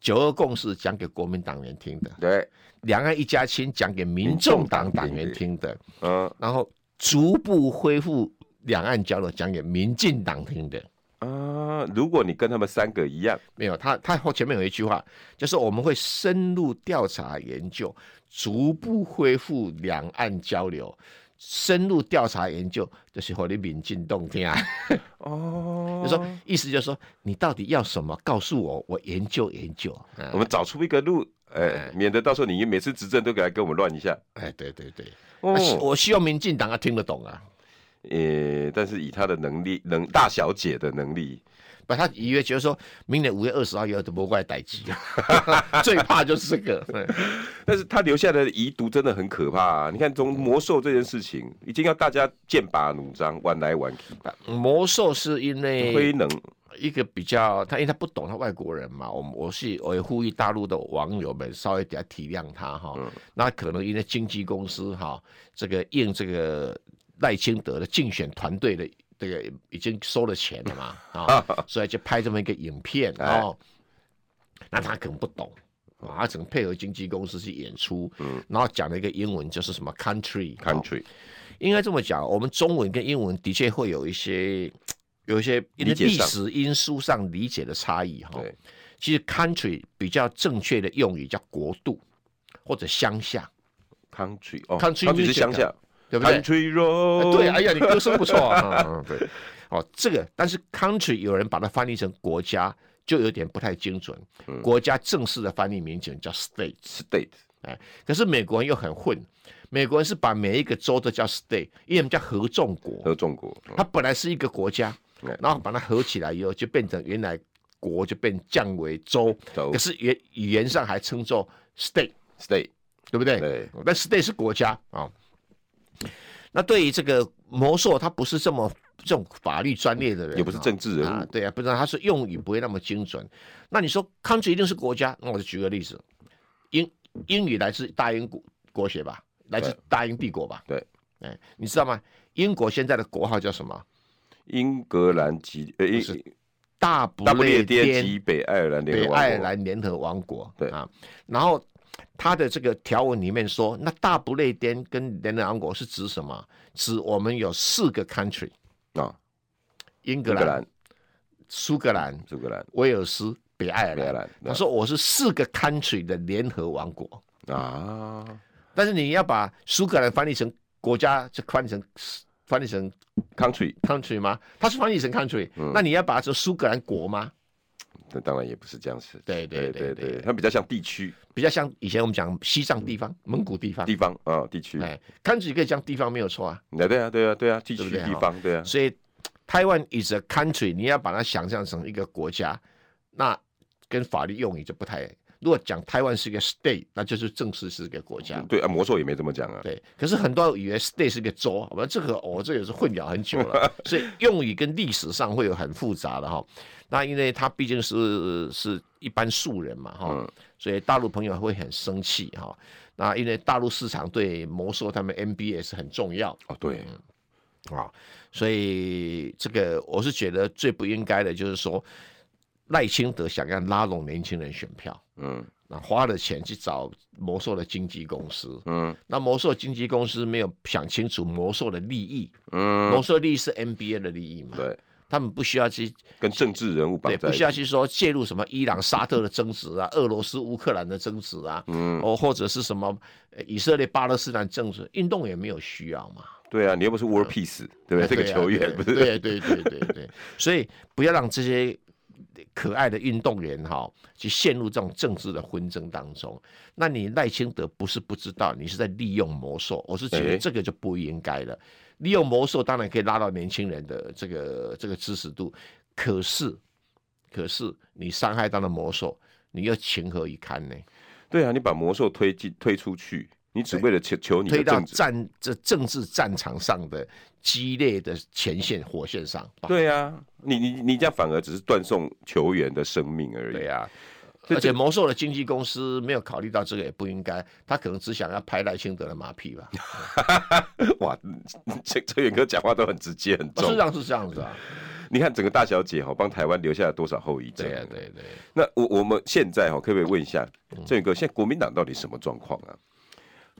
九二共识讲给国民党员听的，对，两岸一家亲讲给民众党党员听的，嗯然后逐步恢复两岸交流讲给民进党听的。啊，如果你跟他们三个一样，没有，他他后前面有一句话，就是我们会深入调查研究，逐步恢复两岸交流。深入调查研究，就是和你民进党听啊。哦就说意思就是说，你到底要什么？告诉我，我研究研究。啊我们找出一个路，哎，免得到时候你每次执政都给他跟我们乱一下。哎，对对对，哦那希我希望民进党要听得懂啊。呃，但是以他的能力，能大小姐的能力，把他以为觉得说明年五月二十号以后都不怪逮鸡， 最怕就是这个。嗯但是他留下的遗毒真的很可怕、啊。你看，从魔兽这件事情，已经要大家剑拔弩张，玩来玩去，嗯魔兽是因挥为能一个比较，他因为他不懂他外国人嘛，我们我是我也呼吁大陆的网友们稍微给他体谅他哈。嗯那可能因为经纪公司哈，这个应这个赖清德的竞选团队的这个已经收了钱 了嘛啊，所以就拍这么一个影片哎哦。那他可能不懂。啊，他只能配合经纪公司去演出，然后讲了一个英文，就是什么 country，哦嗯 country，应该这么讲，我们中文跟英文的确会有一些有一些因为理解历上史因素上理解的差异哈对。其实 country 比较正确的用语叫国度或者乡下， country 哦 country country 是 music 啊乡下对不对？ ，country 哎 road，对，哎呀，你歌声不错 啊。嗯嗯对，哦，这个但是 country 有人把它翻译成国家，就有点不太精准。嗯国家正式的翻译名称叫 state。 ，state 哎，可是美国人又很混，美国人是把每一个州都叫 state，因为我们叫合众国，和中国，嗯它本来是一个国家对，然后把它合起来以后，就变成原来国就变降为州，州可是语语言上还称作 state， state 对不对？对，但 state 是国家啊、那对于这个魔兽，他不是这么这种法律专业的人，也不是啊政治人啊物，，对啊，不知道他是用语不会那么精准。那你说 country 一定是国家？那我就举个例子，英英语来自大英国国学吧，来自对大英帝国吧？对，哎，你知道吗？英国现在的国号叫什么？英格兰及呃英是大不大不列列颠及北爱尔兰联北合王国爱尔兰联合王国。对啊，然后他的这个条文里面说，那大不列颠跟联合王国是指什么？指我们有四个 country：啊，英格英格兰兰、、苏格兰、苏格兰、威尔斯、北爱尔北爱尔兰。兰他说哎我是四个 country 的联合王国，啊但是你要把苏格兰翻译成国家，就翻译成翻译成，country， country 吗？它是翻译成 country，、那嗯你要把它说苏格兰国吗？那当然也不是这样子，对对对对对对，它比较像地区比较像以前我们讲西藏地嗯方、蒙古地方，地方啊，地区，哎，country 可以讲地方没有错啊。那对啊对啊对啊，地区对不对地方对啊，所以台湾 is a country，你要把它想象成一个国家，那跟法律用语就不太。如果讲台湾是一个 state，那就是正式是一个国家。对啊，魔兽也没这么讲啊，对，可是很多人以为 state 是个州，我们这个我、这也是混淆很久了，所以用语跟历史上会有很复杂的哈。那因为他毕竟是是一般素人嘛哈，所以大陆朋友会很生气哈。那因为大陆市场对魔兽他们 NBA 是很重要哦对，啊，所以这个我是觉得最不应该的就是说赖清德想要拉拢年轻人选票，嗯那花了钱去找魔兽的经纪公司，嗯那魔兽经纪公司没有想清楚魔兽的利益，嗯，魔兽利益是 NBA 的利益嘛？对，他们不需要去跟政治人物绑对，在不一需要起。去说介入什么伊朗、沙特的争执啊，俄罗斯、乌克兰的争执啊，嗯，哦，或者是什么呃以色列、巴勒斯坦政治，运动也没有需要嘛。对啊，你又不是 War Peace，对不对？这个嗯对啊球员不是对对对对对对，所以不要让这些可爱的运动员哈、去陷入这种政治的纷争当中。那你赖清德不是不知道，你是在利用魔兽，我是觉哎得这个就不应该了。利用魔兽当然可以拉到年轻人的这个这个支持度，可是可是你伤害到了魔兽，你又情何以堪呢？对啊，你把魔兽推进推出去，你只为了求求你的推到政治。战这政治战场上的激烈的前线火线上，对啊，你你你这样反而只是断送球员的生命而已。对啊呀、所以而这且魔兽的经纪公司没有考虑到这个，也不应该，他可能只想要拍赖清德的马 屁吧？哇， 这这远哥讲话都很直接很哦事实重。上是这样子 啊，你看整个大小姐哈、帮台湾留下了多少后遗症？啊对呀、啊对对。那我我们现在哈、可不可以问一下嗯郑宇哥，现在国民党到底什么状况啊？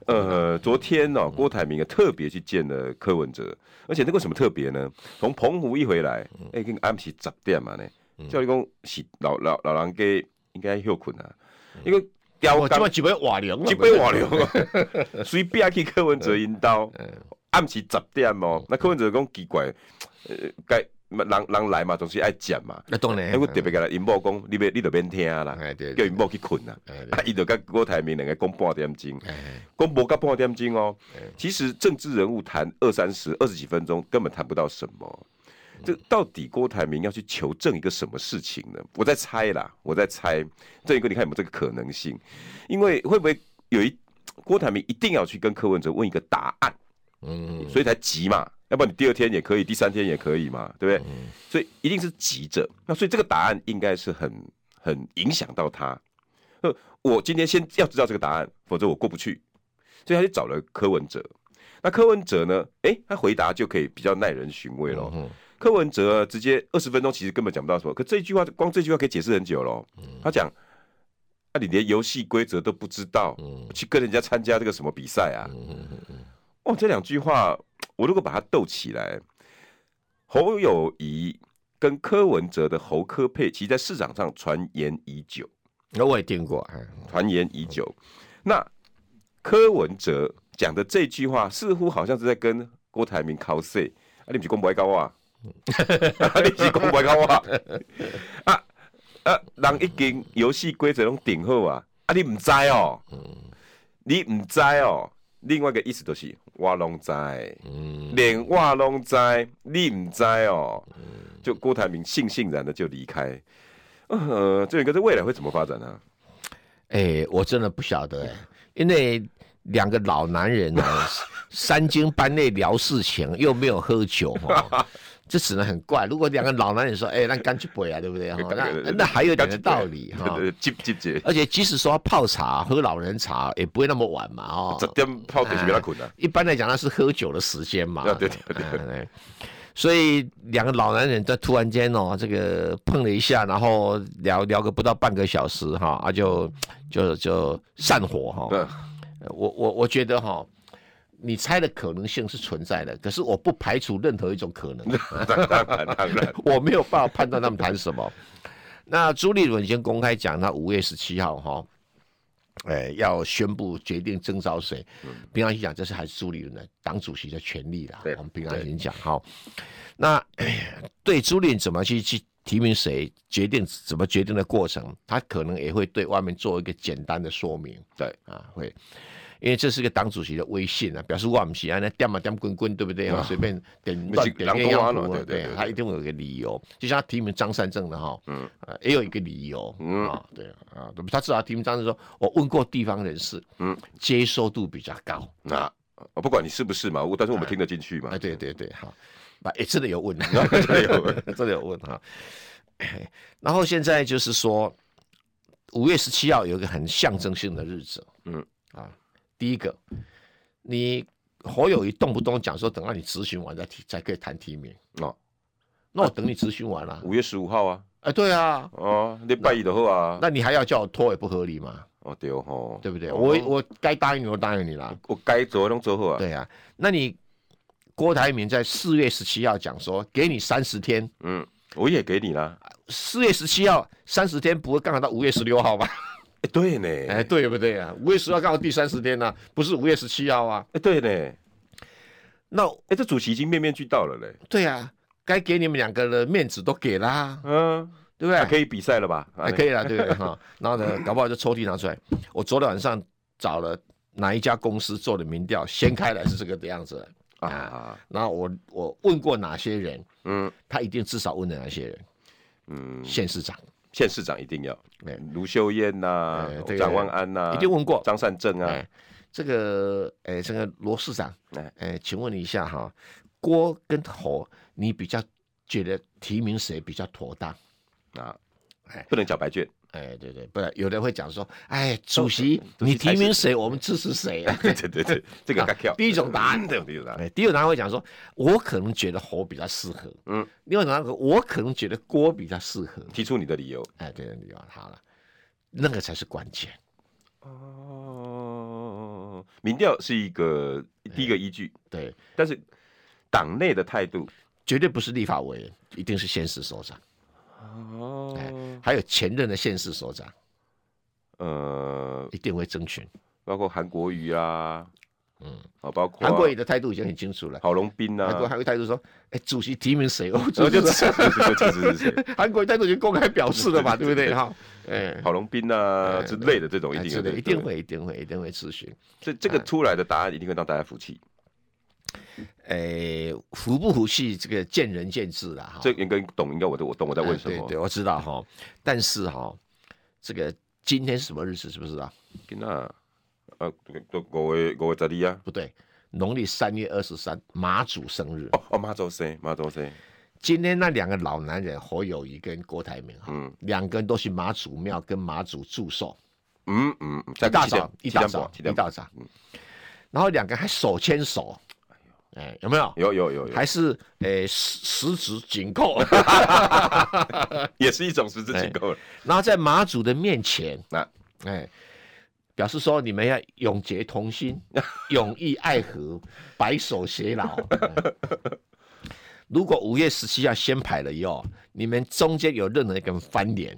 呃，昨天嗯呢、郭台铭也特别去见了柯文哲，而且那个什么特别呢？从澎湖一回来，嗯哎、跟暗时十点嘛呢，叫你讲是老老老人家应该休困啊，因为嗯雕我今工晚几杯瓦凉了，一杯瓦流啊，随便去柯文哲引导，嗯暗时十点哦，那柯文哲讲奇怪，呃，该人人来嘛，总是爱讲嘛。那当然啊哎，，我特别甲因某讲，你别你就免听啦哎对，叫对因某去困啦。哎对啊，伊就甲郭台铭两个讲半点钟，哎讲无甲半点钟哦。其实政治人物谈二三十、二十几分钟，根本谈不到什么。嗯这到底郭台铭要去求证一个什么事情呢？我在猜啦，我在猜。郑宇哥，你看有没有这个可能性？因为会不会有一郭台铭一定要去跟柯文哲问一个答案？嗯，所以才急嘛，要不然你第二天也可以，第三天也可以嘛，对不对？所以一定是急着。那所以这个答案应该是很很影响到他。呃，我今天先要知道这个答案，否则我过不去。所以他就找了柯文哲。那柯文哲呢？诶，他回答就可以比较耐人寻味咯。柯文哲直接二十分钟，其实根本讲不到什么。可这一句话，光这句话可以解释很久咯。他讲，那、你连游戏规则都不知道，去跟人家参加这个什么比赛啊？哦，这两句话，我如果把它斗起来，侯友谊跟柯文哲的侯科配，其实在市场上传言已久，那我也听过，哎传言已久。那柯文哲讲的这句话，似乎好像是在跟郭台铭 cos，啊，你不是公不爱高啊？啊，你不是公不爱高啊？啊啊，人已经游戏规则拢定好啊，啊，你唔知哦，你唔知哦。另外一个意思就是我拢知，连我拢知，你唔知哦。就郭台铭悻悻然的就离开。呃，这个在未来会怎么发展呢、啊哎，我真的不晓得哎，因为两个老男人 啊，三更半夜聊事情，又没有喝酒 哈。这只能很怪。如果两个老男人说：“哎、那 干去杯啊，对不 对？”哈，那那还有点的道理哦哈。接 接接，而且即使说泡茶喝老人茶，也不会那么晚嘛，哦，十点泡就是给他困了。一般来讲，那是喝酒的时间嘛。啊对对对哎对所以两个老男人在突然间哦，这个碰了一下，然后聊聊个不到半个小时哈，啊就就就散伙哈。嗯，我我我觉得哈，你猜的可能性是存在的，可是我不排除任何一种可能。嗯 当当然当 然，我没有办法判断他们谈什么。那朱立伦已经公开讲，他五月十七号哈，哎、要宣布决定征召谁。嗯平常心讲，这是还是朱立伦的党主席的权利啦对。我们平常心讲哈，那哎对朱立伦怎么去去提名谁，决定怎么决定的过程，他可能也会对外面做一个简单的说明。对啊，会。因为这是个党主席的威信啊，表示我们是安那点嘛点滚滚，对不啊对？随 便点不是乱点人鸳讲鸯完了谱啊对对对对，他一定会有一个理由，就像他提名张善政的哈，嗯，也有一个理由，嗯啊，对啊，对他至少提名张善政说，我问过地方人士，嗯，接受度比较高，那哦不管你是不是嘛，我但是我们听得进去嘛啊，。对对对，好，那也 真的有问，真的有问，真的有问哈。哎然后现在就是说，五月十七号有一个很象征性的日子，嗯啊，第一个，你侯友谊动不动讲说，等到你咨询完再提，才可以谈提名，哦， 那我等你咨询完了、啊，五月十五号啊，哎，对啊，哦，礼拜一的后啊，那你还要叫我拖也不合理嘛，哦对哦，对不对？哦我我该答应你，我答应你啦，我该做的拢做好啊。对啊，那你郭台铭在四月十七号讲说，给你三十天，嗯，我也给你了。四月十七号三十天不会刚好到五月十六号吧？哎，对呢，哎，对不对啊？五月十号刚好第三十天呐、不是五月十七号啊。哎，对呢，那哎，这主席已经面面俱到了嘞。对啊，该给你们两个的面子都给啦，嗯，对不对？还可以比赛了吧？哎还可以啊啦，对不对哈？然后 呢，搞不好就抽屉拿出来。我昨天晚上找了哪一家公司做的民调，掀开来是这个样子。啊，然后我我问过哪些人，嗯他一定至少问了哪些人，嗯，县市长县市长一定要哎，卢秀燕呐哎对，蒋万安呐，一定问过。张善政啊哎，，这个哎，这个罗市长哎，哎，请问一下哈，郭跟侯，你比较觉得提名谁比较妥当？啊哎，不能缴白卷，哎，对对，不然有人会讲说，哎，主席，主席你提名谁，我们支持谁。 对对 对，这个啊该跳。第一种答案对第一种答案，哎，第二男会讲说，我可能觉得猴比较适合，嗯，另外男我可能觉得锅比较适合，提出你的理由。哎，对，你讲好了，那个才是关键，哦，民调是一个哎第一个依据，对，但是党内的态度。绝对不是立法委员，一定是县市首长，哦哎，还有前任的县市首长呃，一定会征询。包括韩国瑜啊，嗯嗯，啊，包括韩国瑜的态度已经很清楚了，郝龙斌啊，韩国韩国瑜态度说，哎，主席提名谁，我然后就哦 就知是就是就是就是 韩国瑜态度已经公开表示 了嘛，对不对哈？哎，郝龙斌啊哎之类的这种一哎定之有类对一定，会，一哎定会，一定会咨询。这这个出来的答案一定会让大家服气，哎，服不服气，这个见仁见智了哈。这应该懂，应该我都我懂我在问什哎对么对，。我知道哈。但是哈，这个今天是什么日子？知不知道？那啊，都我月我月十二啊，不对，农历三月二十三，马祖生日。哦哦，妈周生妈周生，今天那两个老男人侯友谊跟郭台铭哈，嗯两个人都去马祖庙跟马祖祝寿，嗯嗯，嗯一大七点早一大七点早半七一点嗯大半早，然后两个还手牵手，哎，有没有？有有有有，还是诶十十指紧扣， 也是一种十字结构了。然后在马祖的面前，那哎，表示说你们要永结 同心，永义爱和，白首偕老。哎如果五月十七要先排了以后，你们中间有任何一个人翻脸，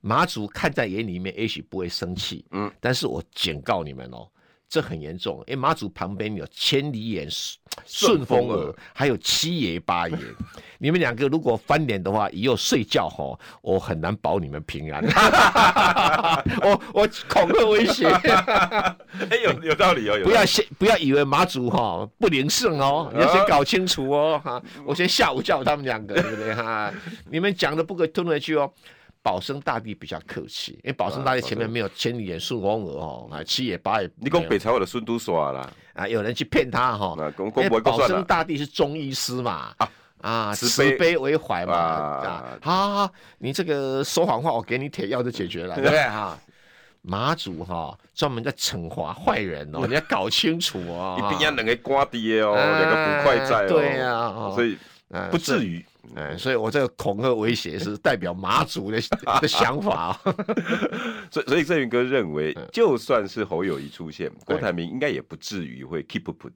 马祖看在眼里面，也许不会生气。嗯，但是我警告你们哦，这很严重，因为马祖旁边有千里眼、顺顺风顺风耳耳，还有七爷八爷。 你们两个如果翻脸的话，以后睡觉吼，我很难保你们平安。 我我恐吓威胁， 哎，有有道理哦，有道理不要先不要以为马祖哈不灵胜哦，你要先搞清楚哦哈。嗯我先吓唬吓唬他们两个，对不对哈？你们讲的不可以吞回去哦。保生大帝比较客气，因为保生大帝前面没有千里眼、顺风耳哦，啊七也八也。你讲北朝我的孙都耍啦，啊，有人去骗他哈啊，公公因为不会公保算生了大帝是中医师嘛，啊，慈慈悲悲为怀嘛，啊啊，好好好，你这个说谎话，我给你铁药就解决了，对不对哈？马祖哈专门在惩罚坏人 哦，你要搞清楚哦，一定哈要两个瓜地的哦，啊两个不快在哦，对啊哦所以嗯不至于。哎，所以我这个恐吓威胁是代表马祖的 的想法哦，所以所以郑云哥认为，嗯就算是侯友谊出现，郭台铭应该也不至于会 keep up。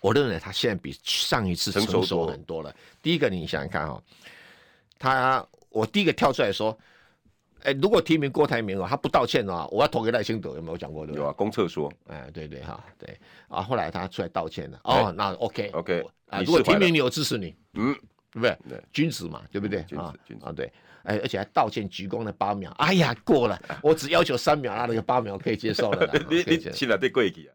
我认为他现在比上一次成熟成熟多很多了。第一个，你想想看哈、哦，他我第一个跳出来说，哎，如果提名郭台铭哦，他不道歉的话，我要投给赖清德，有没有讲过？对不有对？啊，公厕说哎，对对哈，对啊，后来他出来道歉了，哦，那 OK 哎 OK，啊，你如果释怀提名了你，我支持你，嗯，对不对？对嗯君子嘛，对不对？君子啊君子啊，对，哎，而且还道歉鞠躬了八秒，哎呀，过了，我只要求三秒，那那个八秒可以接受了啦 ，你可以你接受现在对过去啊。